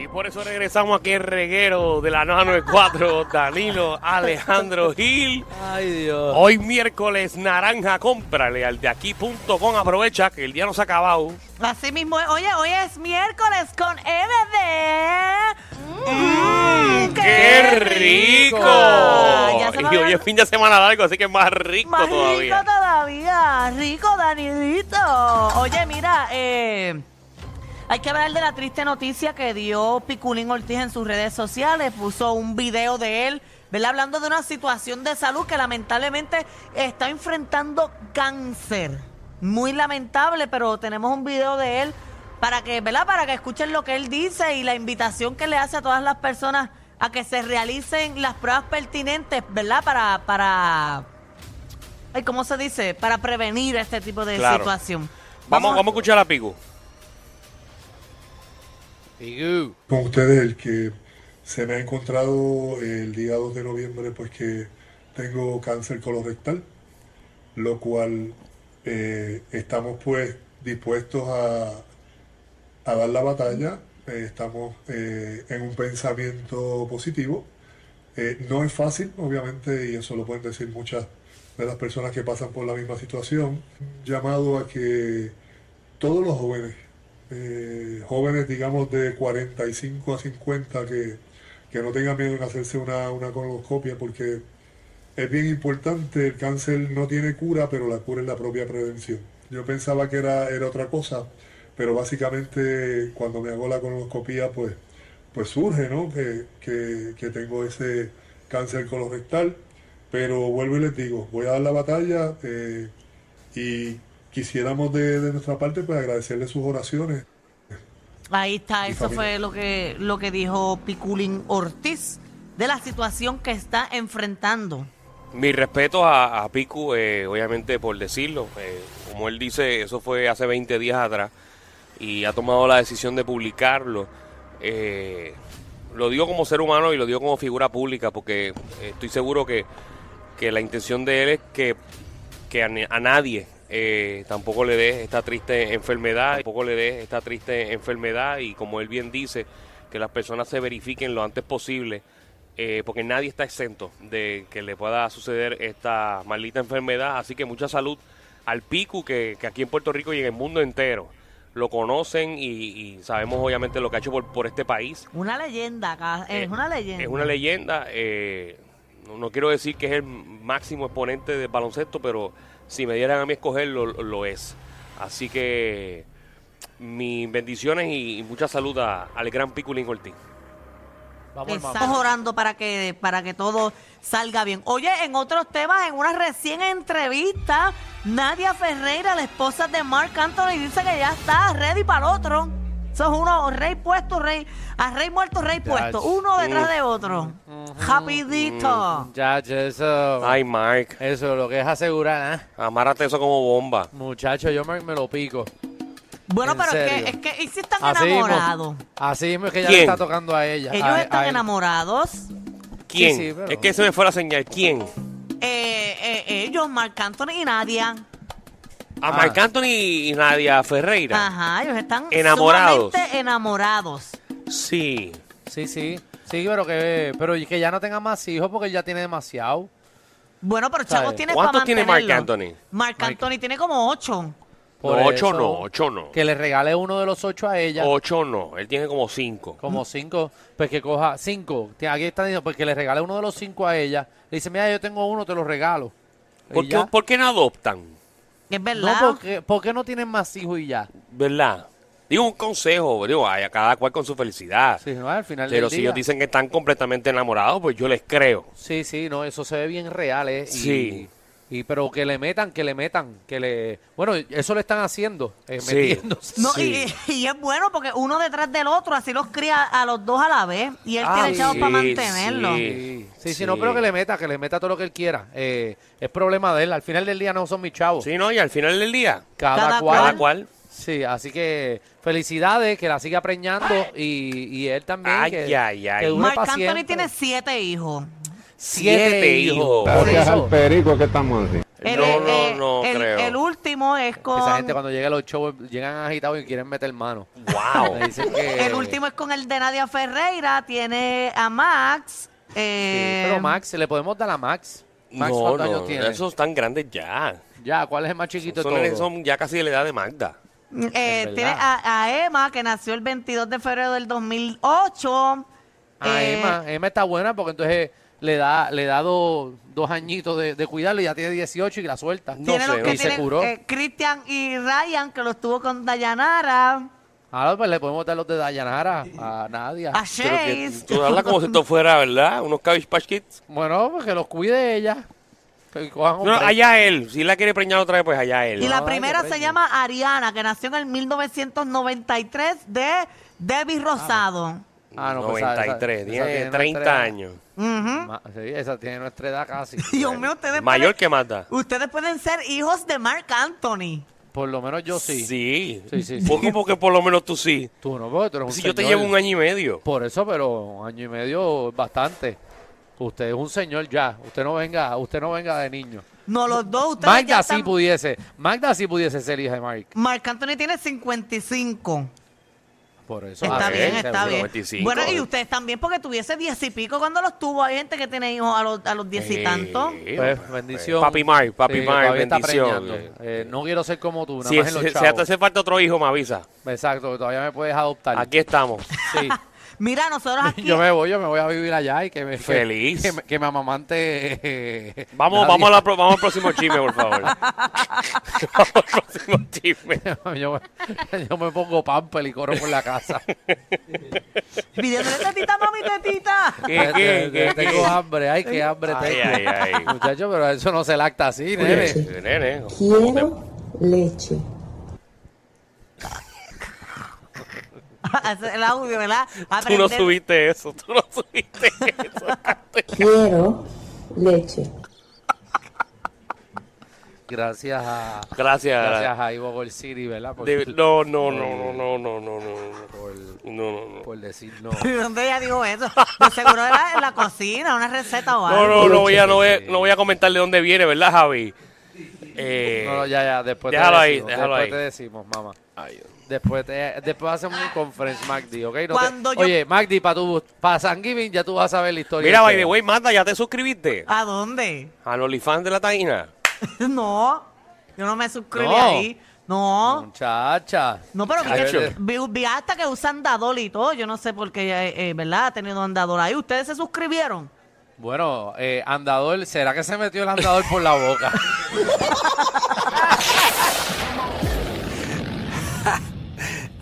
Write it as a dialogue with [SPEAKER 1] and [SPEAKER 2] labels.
[SPEAKER 1] Y por eso regresamos aquí al reguero de la 994, Danilo Alejandro Gil.
[SPEAKER 2] Ay, Dios.
[SPEAKER 1] Hoy miércoles, naranja, cómprale al de aquí.com. Aprovecha que el día no se ha acabado.
[SPEAKER 3] Así mismo, es. oye, hoy es miércoles con MD. Mm,
[SPEAKER 1] ¡Qué rico!
[SPEAKER 3] Ya se
[SPEAKER 1] Y hoy es fin de semana largo, así que más rico
[SPEAKER 3] más
[SPEAKER 1] todavía.
[SPEAKER 3] rico todavía. Rico, Danilito. Oye, mira, eh, hay que hablar de la triste noticia que dio Piculín Ortiz en sus redes sociales. Puso un video de él, ¿verdad? Hablando de una situación de salud que lamentablemente está enfrentando cáncer. Muy lamentable, pero tenemos un video de él para que, ¿verdad? Para que escuchen lo que él dice y la invitación que le hace a todas las personas a que se realicen las pruebas pertinentes, ¿verdad? Para, para Ay, ¿cómo se dice? Para prevenir este tipo de
[SPEAKER 1] Claro.
[SPEAKER 3] situación.
[SPEAKER 1] Vamos, vamos a escuchar a Pico.
[SPEAKER 2] Pigu.
[SPEAKER 4] con ustedes el que se me ha encontrado el día 2 de noviembre, pues que tengo cáncer colorectal, lo cual eh, estamos pues dispuestos a, a dar la batalla, eh, estamos eh, en un pensamiento positivo. Eh, no es fácil, obviamente, y eso lo pueden decir muchas de las personas que pasan por la misma situación. Llamado a que todos los jóvenes, eh, jóvenes digamos de 45 a 50 que, que no tengan miedo en hacerse una, una colonoscopia porque es bien importante, el cáncer no tiene cura, pero la cura es la propia prevención. Yo pensaba que era, era otra cosa, pero básicamente cuando me hago la colonoscopia pues, pues surge ¿no? que, que- que tengo ese cáncer colorectal, pero vuelvo y les digo, voy a dar la batalla. eh, y quisiéramos de, de nuestra parte pues agradecerle sus oraciones.
[SPEAKER 3] Ahí está,
[SPEAKER 4] Y
[SPEAKER 3] eso
[SPEAKER 4] familia.
[SPEAKER 3] fue lo que, lo que dijo Piculín Ortiz de la situación que está enfrentando.
[SPEAKER 1] Mis respetos a, a Pico, eh, obviamente por decirlo. eh, como él dice, eso fue hace 20 días atrás y ha tomado la decisión de publicarlo. Eh, lo digo como ser humano y lo digo como figura pública porque eh, estoy seguro que, que la intención de él es que, que a, ni- a nadie eh, tampoco le dé esta triste enfermedad, tampoco le dé esta triste enfermedad y como él bien dice, que las personas se verifiquen lo antes posible eh, porque nadie está exento de que le pueda suceder esta maldita enfermedad, así que mucha salud al Piku que, que aquí en Puerto Rico y en el mundo entero lo conocen y, y sabemos obviamente lo que ha hecho por, por este país.
[SPEAKER 3] Una leyenda, acá,
[SPEAKER 1] Eh,
[SPEAKER 3] es una leyenda.
[SPEAKER 1] Es una leyenda. eh, no, no quiero decir que es el máximo exponente del baloncesto, pero si me dieran a mí escoger, lo, lo es. Así que mis bendiciones y, y mucha salud a- al gran Piculín Ortiz.
[SPEAKER 2] Vamos,
[SPEAKER 3] Estamos
[SPEAKER 2] hermano.
[SPEAKER 3] orando para que, para que todo salga bien. Oye, en otros temas, en una recién entrevista, Nadia Ferreira, la esposa de Mark Anthony, dice que ya está ready para el otro. Sos uno, rey puesto, rey, a rey muerto, rey puesto, uno detrás de otro. Rapidito.
[SPEAKER 2] Ya, ya, eso.
[SPEAKER 1] Ay, Mark,
[SPEAKER 2] Eso, lo que es asegurar, ¿eh?
[SPEAKER 1] amárate eso como bomba.
[SPEAKER 2] Muchacho, yo me, me lo pico.
[SPEAKER 3] Bueno,
[SPEAKER 2] Mm. en
[SPEAKER 3] pero es que,
[SPEAKER 2] serio.
[SPEAKER 3] es que, ¿y si están
[SPEAKER 2] Así mismo.
[SPEAKER 3] enamorados?
[SPEAKER 2] Así mismo es que ya
[SPEAKER 1] ¿Quién?
[SPEAKER 2] le está tocando a ella.
[SPEAKER 3] Ellos
[SPEAKER 2] A-
[SPEAKER 3] están
[SPEAKER 2] a él.
[SPEAKER 3] enamorados.
[SPEAKER 1] ¿Quién?
[SPEAKER 2] sí, pero-
[SPEAKER 1] Es que se me fue la señal. ¿Quién?
[SPEAKER 3] Eh, eh, ellos, Marc Anthony y Nadia.
[SPEAKER 1] A
[SPEAKER 2] Ah.
[SPEAKER 1] Marc Anthony y Nadia Ferreira.
[SPEAKER 3] Ajá, ellos están
[SPEAKER 1] Enamorados.
[SPEAKER 3] sumamente enamorados.
[SPEAKER 1] Sí.
[SPEAKER 2] Sí, sí. Sí, pero que, pero y que ya no tenga más hijos porque él ya tiene demasiado.
[SPEAKER 3] Bueno, pero Chavos
[SPEAKER 2] ¿Sabes?
[SPEAKER 3] tiene
[SPEAKER 1] ¿Cuántos
[SPEAKER 3] para
[SPEAKER 1] tiene Marc
[SPEAKER 3] mantenerlo.
[SPEAKER 1] Anthony?
[SPEAKER 3] Marc
[SPEAKER 2] Marc-
[SPEAKER 3] Anthony tiene como ocho.
[SPEAKER 2] Por
[SPEAKER 1] No, ocho
[SPEAKER 2] eso,
[SPEAKER 1] no, ocho no.
[SPEAKER 2] Que le regale uno de los ocho a ella.
[SPEAKER 1] Ocho no, él tiene como cinco.
[SPEAKER 2] Como cinco, pues que coja cinco. Te- Aquí está diciendo, pues que le regale uno de los cinco a ella. Le dice, mira, yo tengo uno, te lo regalo. Y
[SPEAKER 1] ¿Por qué,
[SPEAKER 2] ya.
[SPEAKER 1] por qué no adoptan?
[SPEAKER 3] Es
[SPEAKER 2] No,
[SPEAKER 3] verdad.
[SPEAKER 2] porque, ¿por qué no tienen más hijos y ya?
[SPEAKER 1] ¿Verdad? Digo un consejo, digo, a cada cual con su felicidad.
[SPEAKER 2] Sí, no, al final
[SPEAKER 1] Pero
[SPEAKER 2] del
[SPEAKER 1] si
[SPEAKER 2] día.
[SPEAKER 1] ellos dicen que están completamente enamorados, pues yo les creo.
[SPEAKER 2] Sí, sí, no, eso se ve bien real, ¿eh? Y-
[SPEAKER 1] Sí.
[SPEAKER 2] Y, pero que le metan, que le metan, que le... Bueno, eso le están haciendo, eh,
[SPEAKER 1] Sí.
[SPEAKER 2] metiéndose.
[SPEAKER 3] No,
[SPEAKER 1] Sí.
[SPEAKER 3] y, y es bueno porque uno detrás del otro así los cría a los dos a la vez y él
[SPEAKER 2] Ah,
[SPEAKER 3] tiene
[SPEAKER 2] sí,
[SPEAKER 3] echado para
[SPEAKER 1] sí.
[SPEAKER 3] mantenerlo.
[SPEAKER 2] Sí, sí, sí, no, pero que le meta, que le meta todo lo que él quiera. Eh, es problema de él, al final del día no son mis chavos.
[SPEAKER 1] Sí, no, y al final del día,
[SPEAKER 2] Cada,
[SPEAKER 3] Cada
[SPEAKER 2] cual.
[SPEAKER 1] cada cual.
[SPEAKER 2] Sí, así que felicidades, que la siga preñando y, y él también.
[SPEAKER 1] Ay,
[SPEAKER 2] que,
[SPEAKER 1] ay, ay.
[SPEAKER 2] que dure
[SPEAKER 3] Marc
[SPEAKER 2] pa'
[SPEAKER 3] Anthony
[SPEAKER 2] siempre.
[SPEAKER 3] tiene siete hijos.
[SPEAKER 1] Siete hijos.
[SPEAKER 2] Por
[SPEAKER 5] Gracias al
[SPEAKER 2] eso.
[SPEAKER 5] perico que estamos haciendo.
[SPEAKER 3] El-
[SPEAKER 1] no,
[SPEAKER 3] eh,
[SPEAKER 1] no, no
[SPEAKER 3] el,
[SPEAKER 1] creo.
[SPEAKER 3] el último es con.
[SPEAKER 2] Esa gente cuando llega a los shows llegan agitados y quieren meter mano.
[SPEAKER 1] Wow.
[SPEAKER 2] Me dicen que-
[SPEAKER 3] El último es con el de Nadia Ferreira. Tiene a Max.
[SPEAKER 2] Sí,
[SPEAKER 3] eh,
[SPEAKER 2] pero Max, le podemos dar a Max. Max,
[SPEAKER 1] no,
[SPEAKER 2] ¿cuántos
[SPEAKER 1] no,
[SPEAKER 2] años tiene?
[SPEAKER 1] esos están grandes ya.
[SPEAKER 2] Ya, ¿cuál es el más chiquito de
[SPEAKER 1] Son,
[SPEAKER 2] todos?
[SPEAKER 1] son ya casi de la edad de Magda.
[SPEAKER 3] eh,
[SPEAKER 2] verdad.
[SPEAKER 3] tiene a, a Emma, que nació el 22 de febrero del 2008.
[SPEAKER 2] Ah,
[SPEAKER 3] Eh,
[SPEAKER 2] Emma, Emma está buena porque entonces le da, le da dos- dos añitos de, de cuidarlo y ya tiene 18 y la suelta.
[SPEAKER 1] No
[SPEAKER 3] tiene
[SPEAKER 1] sé,
[SPEAKER 3] los
[SPEAKER 1] no
[SPEAKER 3] que
[SPEAKER 2] y
[SPEAKER 3] tienen,
[SPEAKER 2] se curó.
[SPEAKER 3] eh, Christian y Ryan, que los tuvo con Dayanara.
[SPEAKER 2] Ahora pues le podemos dar los de Dayanara a Nadia.
[SPEAKER 3] A
[SPEAKER 1] Pero que
[SPEAKER 3] Chase.
[SPEAKER 1] tú hablas como si esto fuera, ¿verdad? Unos Cabbage Patch Kids.
[SPEAKER 2] Bueno, pues que los cuide ella. Que cojan un
[SPEAKER 1] No,
[SPEAKER 2] break.
[SPEAKER 1] allá él. Si la quiere preñar otra vez, pues allá él.
[SPEAKER 3] Y la
[SPEAKER 2] Ay,
[SPEAKER 3] primera
[SPEAKER 2] qué
[SPEAKER 3] se
[SPEAKER 2] bello.
[SPEAKER 3] llama Ariana, que nació en el 1993 de Debbie Rosado.
[SPEAKER 2] Ah, no, pues, esa- esa-
[SPEAKER 1] 93,
[SPEAKER 2] esa
[SPEAKER 1] tiene
[SPEAKER 2] tiene
[SPEAKER 1] 30
[SPEAKER 2] nuestra edad.
[SPEAKER 1] años.
[SPEAKER 3] Ujú.
[SPEAKER 2] Ma- sí, esa tiene nuestra edad casi.
[SPEAKER 3] Dios mío, ustedes
[SPEAKER 1] Mayor
[SPEAKER 3] pueden,
[SPEAKER 1] que Magda.
[SPEAKER 3] ustedes pueden ser hijos de Mark Anthony.
[SPEAKER 2] Por lo menos yo sí.
[SPEAKER 1] Sí.
[SPEAKER 2] Sí, sí, sí.
[SPEAKER 1] Poco porque por lo menos tú sí.
[SPEAKER 2] Tú no, porque tú eres un
[SPEAKER 1] Si yo te
[SPEAKER 2] señor.
[SPEAKER 1] llevo un año y medio.
[SPEAKER 2] Por eso, pero un año y medio es bastante. Usted es un señor ya. Usted no venga, usted no venga de niño.
[SPEAKER 3] No, los dos ustedes ya
[SPEAKER 2] Magda sí
[SPEAKER 3] están-
[SPEAKER 2] pudiese. Magda sí pudiese ser hija de Mike.
[SPEAKER 3] Marc Anthony tiene 55.
[SPEAKER 2] Por eso.
[SPEAKER 3] Está
[SPEAKER 2] Ah,
[SPEAKER 3] bien,
[SPEAKER 2] sí,
[SPEAKER 3] está
[SPEAKER 2] seguro.
[SPEAKER 3] bien.
[SPEAKER 1] 95.
[SPEAKER 3] Bueno, y ustedes también, porque tuviese 10 y pico cuando los tuvo. Hay gente que tiene hijos a los, a los 10 y tanto.
[SPEAKER 1] Eh,
[SPEAKER 2] Pues, bendición.
[SPEAKER 1] Papi Mar, papi
[SPEAKER 2] Sí,
[SPEAKER 1] Mar,
[SPEAKER 2] todavía está
[SPEAKER 1] bendición.
[SPEAKER 2] preñando. Eh, no quiero ser como tú, nada
[SPEAKER 1] Si,
[SPEAKER 2] más en los
[SPEAKER 1] si- si
[SPEAKER 2] chavos.
[SPEAKER 1] te hace falta otro hijo, me avisa.
[SPEAKER 2] Exacto, que todavía me puedes adoptar.
[SPEAKER 1] Aquí estamos.
[SPEAKER 2] Sí.
[SPEAKER 3] Mira, nosotros aquí.
[SPEAKER 2] Yo me voy, yo me voy a vivir allá y que me... que-
[SPEAKER 1] Feliz.
[SPEAKER 2] Que, me- que me amamante... eh,
[SPEAKER 1] Vamos,
[SPEAKER 2] nadie.
[SPEAKER 1] vamos, a la pro- vamos al próximo chisme, por favor. vamos al próximo chisme.
[SPEAKER 2] yo, me, yo me pongo pamper y corro por la casa.
[SPEAKER 3] Pidiéndole tetita, mami, tetita.
[SPEAKER 1] ¿Qué, qué, qué, qué?
[SPEAKER 2] tengo hambre, ay, qué hambre
[SPEAKER 1] Ay,
[SPEAKER 2] tengo.
[SPEAKER 1] ay, ay.
[SPEAKER 2] Muchacho, pero eso no se lacta así, nene.
[SPEAKER 1] Eh, nene, ¿cómo te-
[SPEAKER 6] Quiero leche.
[SPEAKER 3] Ese es el audio, ¿verdad?
[SPEAKER 1] Tú no
[SPEAKER 3] Aprender-
[SPEAKER 1] subiste eso, tú no subiste eso.
[SPEAKER 6] Quiero leche.
[SPEAKER 2] Gracias a...
[SPEAKER 1] Gracias.
[SPEAKER 2] Gracias a Ivo Gold City, ¿verdad? Por,
[SPEAKER 1] De- no, no, no, no, no, no, no, no, no, no, no.
[SPEAKER 2] por decir no.
[SPEAKER 1] Eh,
[SPEAKER 3] ¿Y dónde ella dijo eso? De seguro era en la cocina, una receta o algo.
[SPEAKER 1] No, no, no voy a, no voy a, no voy a comentar de dónde viene, ¿verdad, Javi? Eh,
[SPEAKER 2] No, no, ya, ya, después
[SPEAKER 1] déjalo
[SPEAKER 2] te
[SPEAKER 1] ahí,
[SPEAKER 2] decimos,
[SPEAKER 1] déjalo
[SPEAKER 2] después
[SPEAKER 1] ahí.
[SPEAKER 2] te decimos, mamá.
[SPEAKER 1] ay, Dios.
[SPEAKER 2] Después te, después hacemos un conference, Magdi, ¿ok? No te-
[SPEAKER 3] Cuando yo-
[SPEAKER 2] Oye, Magdi, para tu para Thanksgiving ya tú vas a ver la historia.
[SPEAKER 1] Mira, by the
[SPEAKER 2] entera.
[SPEAKER 1] way, Manda, ¿ya te suscribiste?
[SPEAKER 3] ¿A dónde?
[SPEAKER 1] Al OnlyFans de la Taina.
[SPEAKER 3] No, yo no me suscribí
[SPEAKER 2] No.
[SPEAKER 3] ahí. No,
[SPEAKER 2] Muchacha.
[SPEAKER 3] no, pero vi,
[SPEAKER 1] Chacho.
[SPEAKER 3] que- vi, vi hasta que usan dadol y todo. Yo no sé por qué, eh, eh, ¿verdad? Ha tenido andador ahí. ¿Ustedes se suscribieron?
[SPEAKER 2] Bueno, eh, andador, ¿será que se metió el andador por la boca?